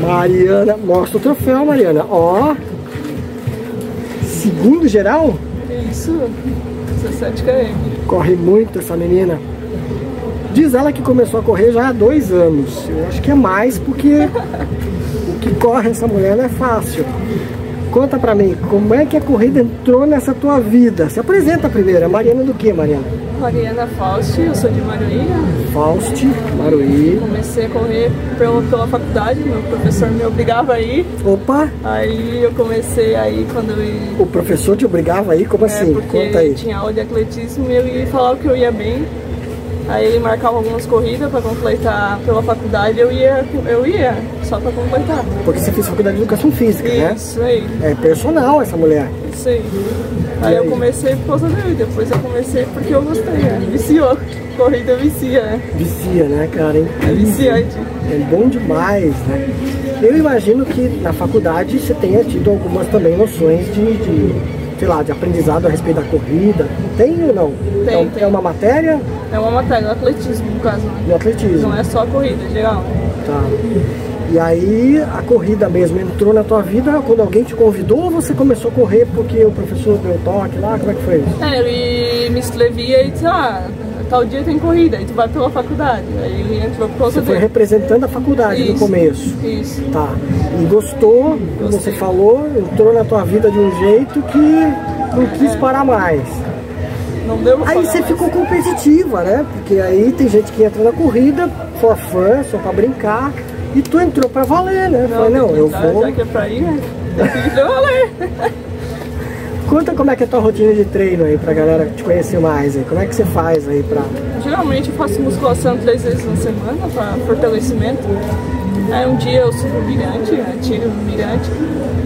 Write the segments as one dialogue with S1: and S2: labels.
S1: Mariana, mostra o troféu, Mariana. Ó. Segundo geral?
S2: Isso, 17 km.
S1: Corre muito essa menina. Diz ela que começou a correr já há dois anos. Eu acho que é mais, porque o que corre essa mulher não é fácil. Conta pra mim, como é que a corrida entrou nessa tua vida? Se apresenta primeiro. É Mariana do que, Mariana?
S2: Mariana Fausti, eu sou de Maruína.
S1: Faust, Maruí.
S2: Comecei a correr pela, pela faculdade, meu professor me obrigava a ir.
S1: Opa,
S2: Aí eu comecei aí quando eu ia.
S1: o professor te obrigava aí? Como
S2: É,
S1: assim?
S2: porque
S1: Conta aí.
S2: tinha aula de atletismo e eu ia falar que eu ia bem. Aí ele marcava algumas corridas para completar pela faculdade, eu ia, eu ia só para completar.
S1: Porque você fez faculdade de educação física, né?
S2: Isso aí,
S1: É personal essa mulher.
S2: isso aí.
S1: E
S2: Aí eu
S1: aí?
S2: comecei por causa dele, depois eu comecei porque eu gostei, né? Viciou. Corrida vicia, né?
S1: Vicia, né, cara? É
S2: É
S1: incrível.
S2: viciante.
S1: É bom demais, né? Eu imagino que na faculdade você tenha tido algumas também noções de, de, sei lá, de aprendizado a respeito da corrida. Tem ou não?
S2: Tem,
S1: é, um-
S2: tem.
S1: é uma matéria
S2: É uma matéria do atletismo, no caso, né?
S1: no atletismo.
S2: Não é só corrida, geral.
S1: Tá. E aí a corrida mesmo entrou na tua vida quando alguém te convidou ou você começou a correr porque o professor deu toque lá? Como é que foi isso?
S2: É, ele me escrevia e disse, ah, tal dia tem corrida, aí tu vai pela faculdade. Aí ele entrou por causa
S1: Você foi
S2: dele.
S1: representando a faculdade no
S2: Isso.
S1: começo.
S2: Isso.
S1: Tá. E gostou, como você falou, entrou na tua vida de um jeito que não quis parar mais.
S2: Não deu pra
S1: Aí
S2: pagar
S1: você
S2: mais.
S1: ficou competitiva, né? Porque aí tem gente que entra na corrida, for fã, só pra brincar. E tu entrou pra valer, né? Falei, não,
S2: tem
S1: eu
S2: que dar, Já
S1: vou.
S2: que é pra ir, né? Tem que ir pra valer.
S1: Conta como é que é a tua rotina de treino aí pra galera te conhecer mais aí. Como é que você faz aí pra.
S2: Geralmente eu faço musculação três vezes na semana para fortalecimento. Aí um dia eu subo o mirante, né? tiro o mirante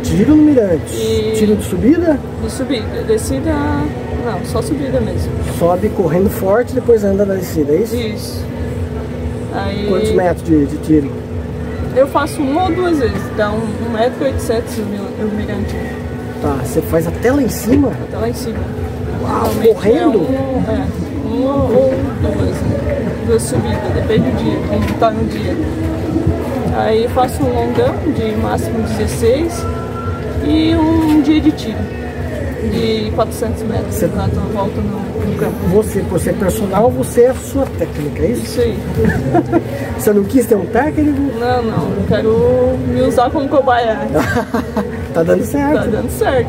S1: Tiro no mirante.
S2: E-
S1: Tiro de subida,
S2: e subida. Descida, não, só subida mesmo.
S1: sobe correndo forte, depois anda na descida, é isso?
S2: Isso. Aí
S1: Quantos metros de, de tiro?
S2: eu faço uma ou duas vezes, dá um, um metro e oitocentos o mil- o mirante.
S1: Tá, você faz até lá em cima?
S2: Até lá em cima.
S1: Uau,
S2: Geralmente
S1: correndo?
S2: É, um, é, uma ou duas, né? duas subidas, depende do dia, como tá no dia. Aí eu faço um longão de máximo 16 e um dia de tiro de 400 metros, enquanto eu volto no, no campo.
S1: Você, por ser personal, você é a sua técnica, é isso?
S2: Isso aí.
S1: Você não quis ter um técnico?
S2: Não, não, eu quero me usar como cobaia. né?
S1: Tá dando
S2: Tá
S1: certo.
S2: dando certo.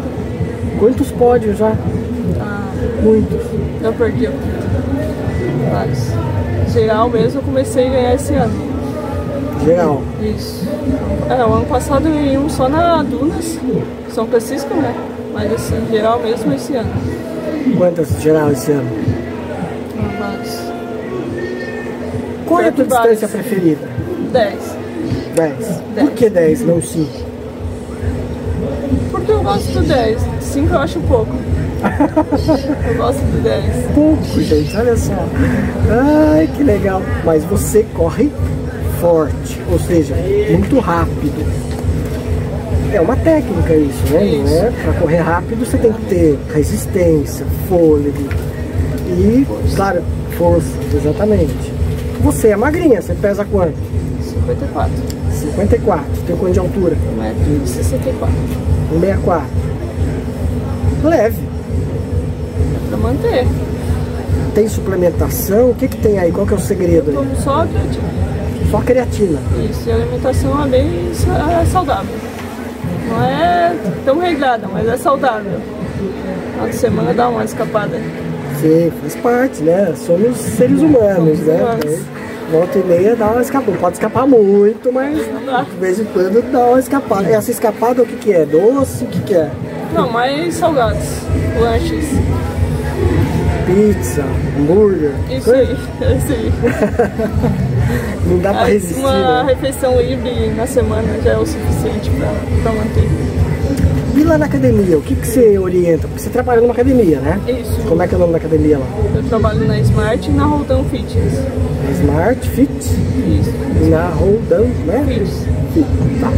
S1: Quantos pódios já?
S2: Ah,
S1: Muitos.
S2: eu perdi vários. Geral mesmo, eu comecei a ganhar esse ano.
S1: Geral.
S2: Isso. É, o ano passado eu ia um só na Dunas, São Francisco, né? Mas assim, geral mesmo esse ano.
S1: Quantas geral esse ano?
S2: Mas
S1: Qual é a tua
S2: Quanto vale?
S1: distância preferida?
S2: 10.
S1: 10. Por
S2: Dez.
S1: que 10, não 5?
S2: Porque eu gosto do 10. 5 eu acho pouco. eu gosto do 10.
S1: Pouco, gente, olha só. Ai, que legal. Mas você corre forte, ou seja, muito rápido. É uma técnica isso, né?
S2: Isso.
S1: Não é? Pra correr rápido você tem que ter resistência, fôlego e, claro, força, exatamente. Você é magrinha, você pesa quanto?
S2: 54.
S1: 54. Tem quanto de altura?
S2: é 1,64m.
S1: 164. Leve.
S2: Pra manter.
S1: Tem suplementação? O que, que tem aí? Qual que é o segredo aí?
S2: Como só tipo, creatina.
S1: Só creatina.
S2: Isso, e a alimentação é bem sa- é saudável. Não é tão regrada, mas é saudável. Na semana dá uma escapada.
S1: Sim, faz parte, né? Somos seres humanos,
S2: Somos
S1: né?
S2: humanos.
S1: Então, Volta e meia dá uma escapada. Não Pode escapar muito, mas
S2: Não dá.
S1: de vez em quando dá uma escapada. Essa escapada o que, que é? Doce? O que, que é?
S2: Não, mas salgados, lanches.
S1: Pizza, hambúrguer.
S2: Isso
S1: coisa?
S2: aí, é isso aí.
S1: Não dá pra
S2: Aí,
S1: resistir.
S2: Uma
S1: Né?
S2: refeição livre na semana já é o suficiente pra, pra manter.
S1: E lá na academia, o que, que você orienta? Porque você trabalha numa academia, né?
S2: Isso.
S1: Como é que é o nome da academia lá?
S2: Eu trabalho na Smart e na Roldão Fitness.
S1: Smart Fit.
S2: Isso,
S1: Na Roldão, né?
S2: isso.
S1: Tá.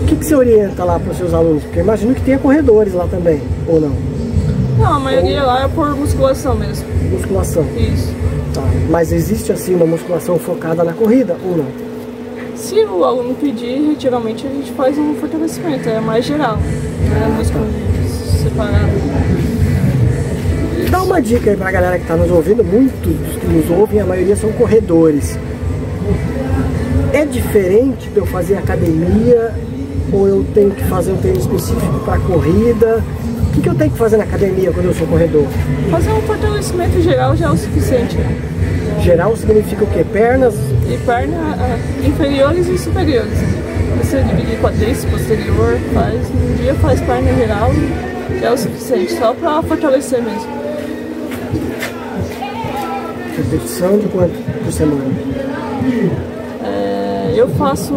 S1: O que, que você orienta lá para os seus alunos? Porque eu imagino que tenha corredores lá também, ou não?
S2: Não, a maioria lá é por musculação mesmo.
S1: Musculação.
S2: Isso.
S1: Tá. Mas existe assim uma musculação focada na corrida ou não?
S2: Se o aluno pedir, geralmente a gente faz um fortalecimento, é mais geral, não é músculo separado.
S1: Dá uma dica aí pra galera que tá nos ouvindo, muitos dos que nos ouvem, a maioria são corredores. É diferente de eu fazer academia ou eu tenho que fazer um treino específico para corrida? O que, que eu tenho que fazer na academia quando eu sou corredor?
S2: Fazer um fortalecimento geral já é o suficiente. né?
S1: Geral significa o quê? Pernas?
S2: E perna ah, inferiores e superiores. Você dividir quadríceps posterior, faz um dia faz perna geral e já é o suficiente, só pra fortalecer mesmo.
S1: Repetição de quanto por semana?
S2: É, eu faço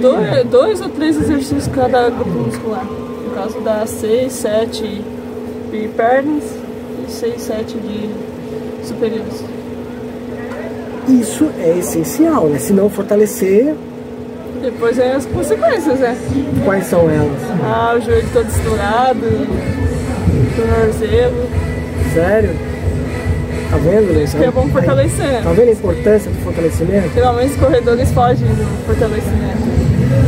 S2: dois, dois ou três exercícios cada grupo muscular. No caso dá 6, 7 de pernas e 6, 7 de superiores.
S1: Isso é essencial, né? Se não fortalecer,
S2: Depois é as consequências, né?
S1: quais são elas?
S2: Ah, o joelho todo estourado, tornozelo.
S1: Sério? Tá vendo,
S2: Isso que é bom fortalecer, né?
S1: Tá vendo a importância do fortalecimento?
S2: Geralmente os corredores fogem do fortalecimento.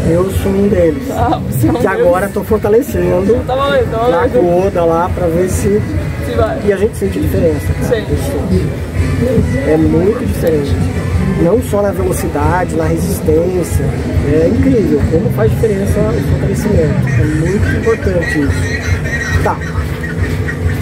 S1: Eu sou um deles.
S2: Ah, você é um Tá
S1: Que agora tô fortalecendo.
S2: Deus. Tava legal,
S1: lá com o Oda lá pra ver se.
S2: então, se vai.
S1: E a gente sente diferença. cara.
S2: Sente.
S1: É muito diferente. Não só na velocidade, na resistência. É incrível como faz diferença o fortalecimento. É muito importante isso. Tá.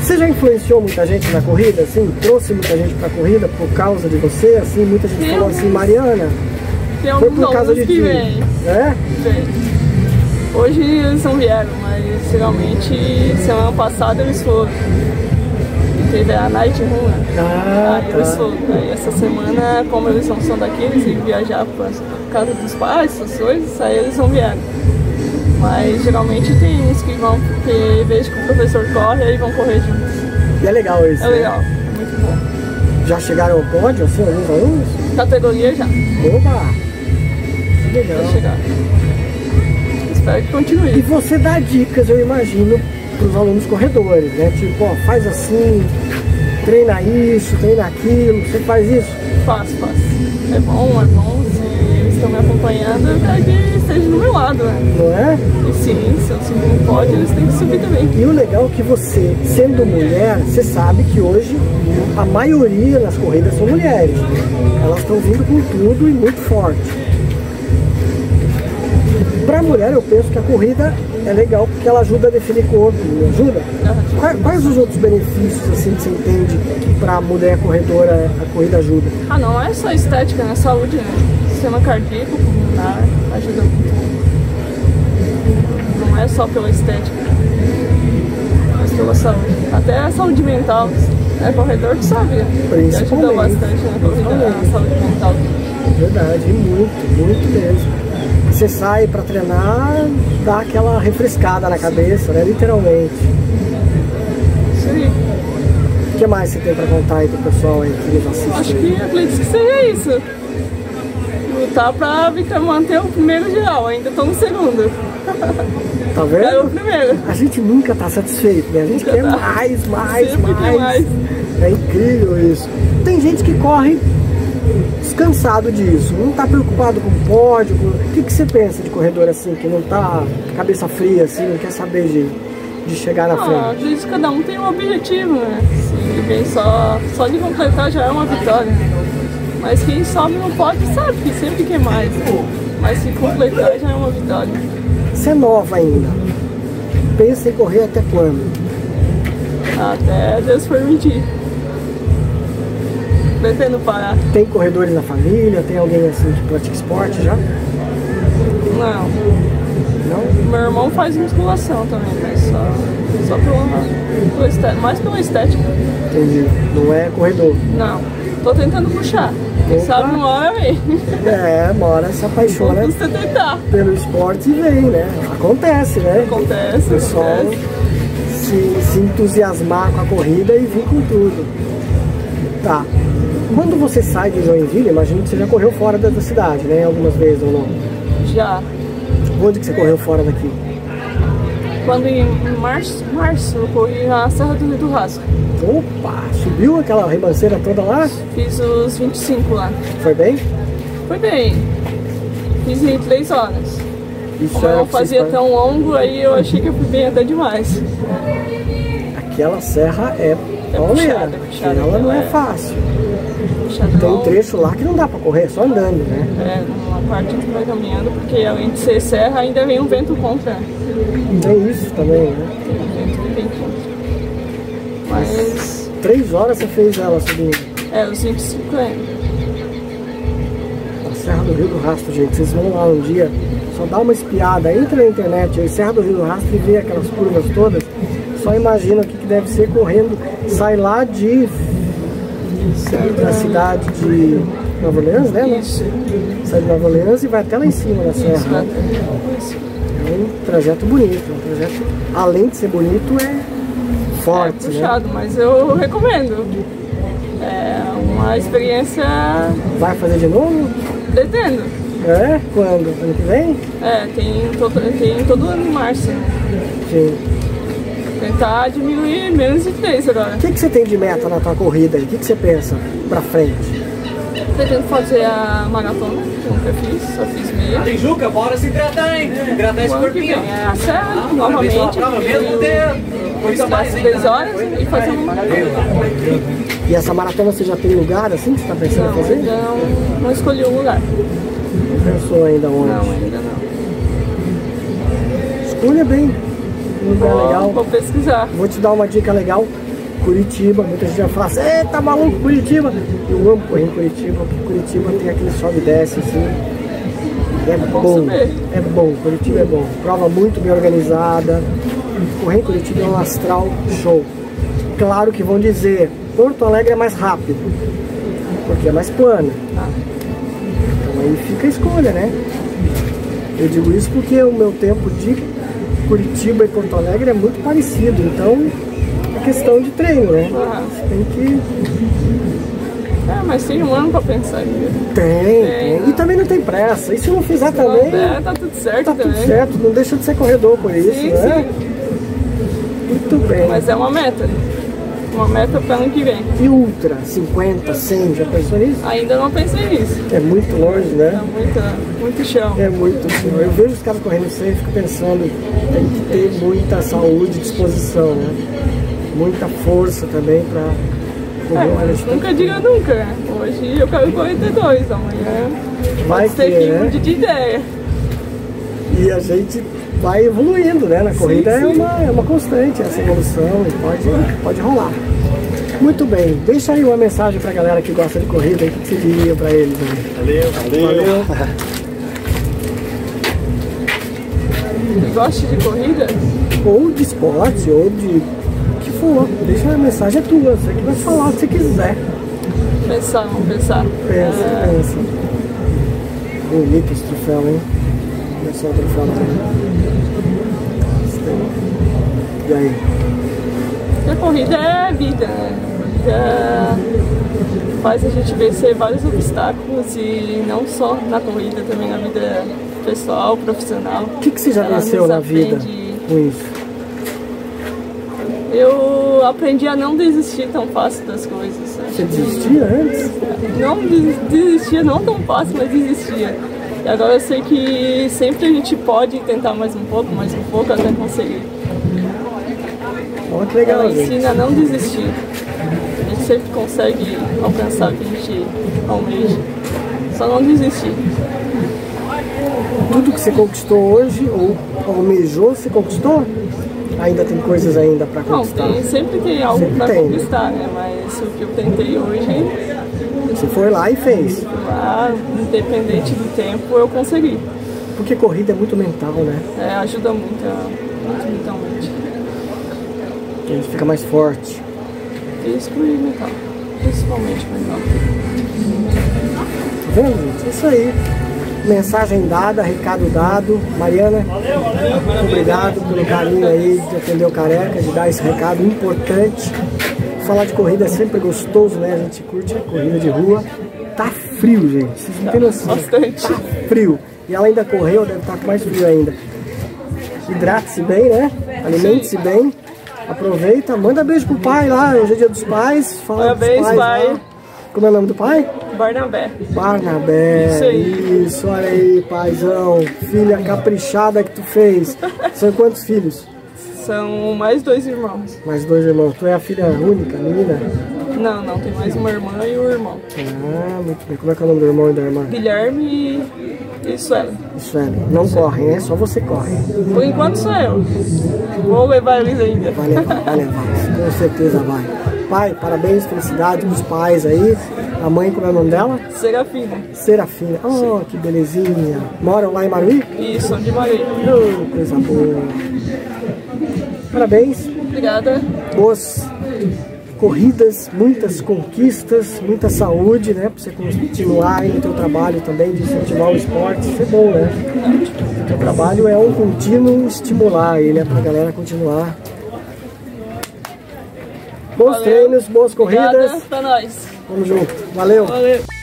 S1: Você já influenciou muita gente na corrida, assim? Trouxe muita gente pra corrida por causa de você, assim? Muita gente
S2: Sim,
S1: falou assim,
S2: mas-
S1: Mariana,
S2: Tem
S1: foi
S2: alguns
S1: por causa de
S2: alunos
S1: ti.
S2: que vêm.
S1: É?
S2: Vem. Hoje eles não vieram, mas geralmente semana passada eles foram. E Teve a Night Run, né?
S1: Ah,
S2: Aí eles
S1: tá.
S2: foram. Aí essa semana, como eles não são daqui, eles iam viajar para casa dos pais, essas coisas, aí eles não vieram. Mas geralmente tem uns que vão, porque vejo que o professor corre, aí vão correr juntos.
S1: E é legal isso.
S2: É
S1: né?
S2: legal, muito bom.
S1: Já chegaram ao pódio, assim, alguns alunos?
S2: Categoria já,
S1: Opa! Que legal.
S2: vai chegar. Espero que
S1: E
S2: continue.
S1: você dá dicas, eu imagino, para os alunos corredores, né? Tipo, ó, faz assim, treina isso, treina aquilo, você faz isso.
S2: Faço, faço. É bom, é bom. Se eles estão me acompanhando, eu quero que esteja do meu lado, né?
S1: Não é?
S2: E sim, se eu subir no pódio, eles têm que subir também.
S1: E o legal é que você, sendo mulher, você sabe que hoje a maioria das corridas são mulheres. Elas estão vindo com tudo e muito forte. Para mulher, eu penso que a corrida é legal porque ela ajuda a definir corpo, não ajuda? Qua- Quais, os outros benefícios assim, que você entende que para a mulher corredora a corrida ajuda?
S2: Ah, não é só estética, né? Saúde, né? Sistema cardíaco, pulmonar, ajuda muito. Não é só pela estética, mas pela saúde. Até a saúde mental. É corredor que sabe, né? Que Ajuda
S1: Principalmente,
S2: bastante na corrida, a saúde mental.
S1: Verdade, e muito, muito mesmo. Você sai para treinar, dá aquela refrescada na cabeça, né? Literalmente.
S2: Isso aí.
S1: O que mais você tem para contar aí pro pessoal aí que nos assiste?
S2: Acho
S1: aí?
S2: que acredito que seja isso. Lutar pra Victor manter o primeiro geral, ainda tô no segundo.
S1: Tá
S2: Quero o
S1: vendo?
S2: primeiro.
S1: A gente nunca tá satisfeito, né? A gente
S2: Nunca
S1: quer
S2: tá.
S1: mais, mais,
S2: Sempre tem
S1: mais.
S2: mais.
S1: É incrível isso. Tem gente que corre descansado disso, não tá preocupado com pódio. com- O que, que você pensa de corredor assim, que não tá cabeça fria, assim, não quer saber de, de chegar na
S2: Ah,
S1: frente?
S2: acredito que cada um tem um objetivo, né? Se bem só, só de completar já é uma vitória. Mas quem sobe não pode sabe que sempre quer mais. Mas se completar já é uma vitória.
S1: Você é nova ainda. Pensa em correr até quando?
S2: Até Deus permitir. Pretendo parar.
S1: Tem corredores na família? Tem alguém assim que pratica esporte já?
S2: Não.
S1: Não?
S2: Meu irmão faz musculação também, mas só, só pela, pela estética, mais pela estética.
S1: Entendi. Não é corredor.
S2: Não, tô tentando puxar. Quem
S1: Opa.
S2: sabe um uma hora vem.
S1: É, mora, se apaixona
S2: Não custa tentar.
S1: pelo esporte e vem, né? Acontece, né?
S2: Acontece,
S1: O pessoal
S2: acontece.
S1: se, se entusiasmar com a corrida e vir com tudo. Tá. Quando você sai de Joinville, imagino que você já correu fora da, da cidade, né? Algumas vezes ou não.
S2: Já.
S1: Onde que você correu fora daqui?
S2: Quando em março, março eu corri na Serra do Rio do Rasco.
S1: Opa! Subiu aquela ribanceira toda lá?
S2: Fiz os 25 lá.
S1: Foi bem?
S2: foi bem. Fiz em três horas.
S1: Isso
S2: Como
S1: é
S2: eu
S1: o
S2: não
S1: que você
S2: fazia
S1: faz.
S2: tão longo, aí eu achei que eu fui bem até demais.
S1: Aquela serra é pauleira.
S2: puxada, é puxada,
S1: ela não é
S2: ela é-
S1: fácil. Tem
S2: Então,
S1: um trecho lá que não dá pra correr, é só andando, né?
S2: É, uma parte que vai caminhando, porque além de ser serra, ainda vem um vento contra.
S1: Tem É isso também, né?
S2: Tem um vento que tem contra. Mas,
S1: Três horas você fez ela subindo.
S2: é, os 25 é.
S1: A Serra do Rio do Rastro, gente. Vocês vão lá um dia, só dá uma espiada, entra na internet aí, Serra do Rio do Rastro e vê aquelas curvas todas. Só imagina o que, que deve ser correndo. Sai lá de. da cidade de Nova Orleans, né?
S2: Isso.
S1: Sai de Nova Orleans e vai até lá em cima da
S2: Isso,
S1: serra. né?
S2: né? Isso.
S1: É um trajeto bonito. Um trajeto, além de ser bonito, é
S2: É
S1: forte, né?
S2: puxado, mas eu recomendo. É uma experiência
S1: Vai fazer de novo?
S2: detendo.
S1: É? Quando? Ano que vem?
S2: É, tem todo, tem todo ano em março.
S1: Sim.
S2: Tentar diminuir menos de 3 agora.
S1: O que, que você tem de meta na tua corrida aí? O que, que você pensa pra frente?
S2: Pretendo fazer a maratona, que eu nunca fiz, só fiz meia.
S3: Juca, bora se hidratar, hein? Hidratar esse
S2: O ano que vem
S3: corpinho.
S2: é a serra,
S3: Parabéns pela
S2: novamente.
S3: prova, mesmo tempo. Coisa mais,
S2: Mais
S3: hein?
S2: 3 horas e fazer um. Não,
S1: E essa maratona você já tem lugar assim que você tá pensando em fazer?
S2: ainda Então, não, não escolhi o lugar.
S1: Não pensou ainda
S2: Não,
S1: onde?
S2: ainda não.
S1: Escolha bem um lugar
S2: Vou,
S1: legal.
S2: vou pesquisar.
S1: Vou te dar uma dica legal. Curitiba, muita gente vai falar assim, "É, tá maluco, Curitiba. Eu amo correr em Curitiba, porque Curitiba tem aquele sobe e desce assim. É
S2: bom
S1: bom,
S2: saber.
S1: é bom, Curitiba é bom. Prova muito bem organizada. Correr em Curitiba é um astral show. Claro que vão dizer, Porto Alegre é mais rápido, porque é mais plana. Então aí fica a escolha, né? Eu digo isso porque o meu tempo de Curitiba e Porto Alegre é muito parecido, então é questão de treino, né?
S2: Ah.
S1: Você tem que.
S2: É, mas tem um ano pra pensar ainda.
S1: Tem, tem. E também não tem pressa. E se não fizer também,
S2: É, tá tudo certo
S1: tá
S2: também.
S1: tudo certo, não deixa de ser corredor por isso,
S2: Sim,
S1: né? Muito bem.
S2: Mas é uma meta. Uma meta pra ano que vem.
S1: E ultra, 50, 100, já pensou nisso?
S2: Ainda não pensei nisso.
S1: É muito longe,
S2: É
S1: né?
S2: muito, muito chão.
S1: É muito. assim, Eu vejo os caras correndo isso aí e fico pensando, tem que ter muita saúde e disposição, né? Muita força também pra
S2: É,
S1: correr uma
S2: mas
S1: distância.
S2: nunca diga nunca. né? Hoje eu quero 42, amanhã
S1: Vai
S2: pode ser
S1: que,
S2: que
S1: né?
S2: mude de ideia.
S1: E a gente vai evoluindo, né? Na corrida É,
S2: sim.
S1: uma, é uma constante essa evolução e pode, pode rolar. Muito bem, deixa aí uma mensagem pra galera que gosta de corrida, aí, o que que você diria pra eles? Né?
S4: Valeu.
S2: E Goste de corrida?
S1: Ou de esporte, ou de o que for. Deixa a mensagem é tua, você que vai falar o que você quiser.
S2: Pensar, vamos pensar.
S1: Pensa,
S2: É,
S1: pensa. Bonito esse troféu, hein? Olha só o troféu lá. né? E aí?
S2: Porque a corrida é vida, né? Corrida faz a gente vencer vários obstáculos e não só na corrida, também na vida pessoal, profissional.
S1: O que, que você já
S2: Ela nos
S1: venceu na vida
S2: aprende-
S1: com isso?
S2: Eu aprendi a não desistir tão fácil das coisas. né?
S1: Você desistia antes?
S2: Não des- desistia, não tão fácil, mas desistia. E agora eu sei que sempre a gente pode tentar mais um pouco, mais um pouco até conseguir.
S1: Olha que legal,
S2: Ela
S1: gente.
S2: ensina a não desistir. A gente sempre consegue alcançar o que a gente almeja. Só não desistir.
S1: Tudo que você conquistou hoje, ou almejou, você conquistou? Ainda tem coisas ainda para
S2: Não,
S1: conquistar.
S2: tem, sempre tem algo
S1: Sempre
S2: pra
S1: tem.
S2: conquistar, né? Mas o que eu tentei hoje,
S1: Você foi lá e fez.
S2: lá, independente do tempo, eu consegui.
S1: Porque corrida é muito mental, né?
S2: É, ajuda muito, muito mentalmente.
S1: A gente fica mais forte.
S2: Físico e mental. Principalmente mental.
S1: Tá vendo, gente? Isso aí. Mensagem dada, recado dado. Mariana, muito obrigado pelo carinho aí de atender o careca, de dar esse recado importante. Falar de corrida é sempre gostoso, né? A gente curte a corrida de rua. Tá frio, gente. Vocês não têm noção.
S2: Bastante.
S1: Tá frio. E ela ainda correu, deve estar com mais frio ainda. Hidrate-se bem, né? Alimente-se bem. Aproveita, manda beijo pro pai lá, hoje é dia dos pais. Fala
S2: Parabéns,
S1: dos pais lá.
S2: pai.
S1: Como é o nome do pai?
S2: Barnabé.
S1: Barnabé,
S2: Isso
S1: isso,
S2: aí.
S1: olha aí, paizão. Filha caprichada que tu fez. São quantos filhos?
S2: São mais dois irmãos.
S1: Mais dois irmãos. Tu é a filha única, menina?
S2: Não, não, tem mais uma irmã e um irmão.
S1: Ah, muito bem. Como é que é o nome do irmão e da irmã?
S2: Guilherme e Suelen.
S1: Isso é, não corre, né? Só você corre.
S2: Por enquanto sou eu. Vou levar eles ainda.
S1: Vai levar, vai levar. Com certeza vai. Pai, parabéns, felicidade pros pais aí. A mãe, como é o nome dela?
S2: Serafina.
S1: Serafina. Oh, que belezinha. Moram lá em Maruí?
S2: E São de Maria.
S1: Oh, coisa boa. Parabéns.
S2: Obrigada.
S1: boas corridas, muitas conquistas, muita saúde, né? Pra você continuar aí no teu trabalho também, de incentivar o esporte, isso é bom, né? O teu trabalho é um contínuo estimular ele, é pra galera continuar. Bons
S2: Valeu.
S1: treinos, boas corridas,
S2: Obrigada pra nós.
S1: vamos junto, valeu!
S2: Valeu.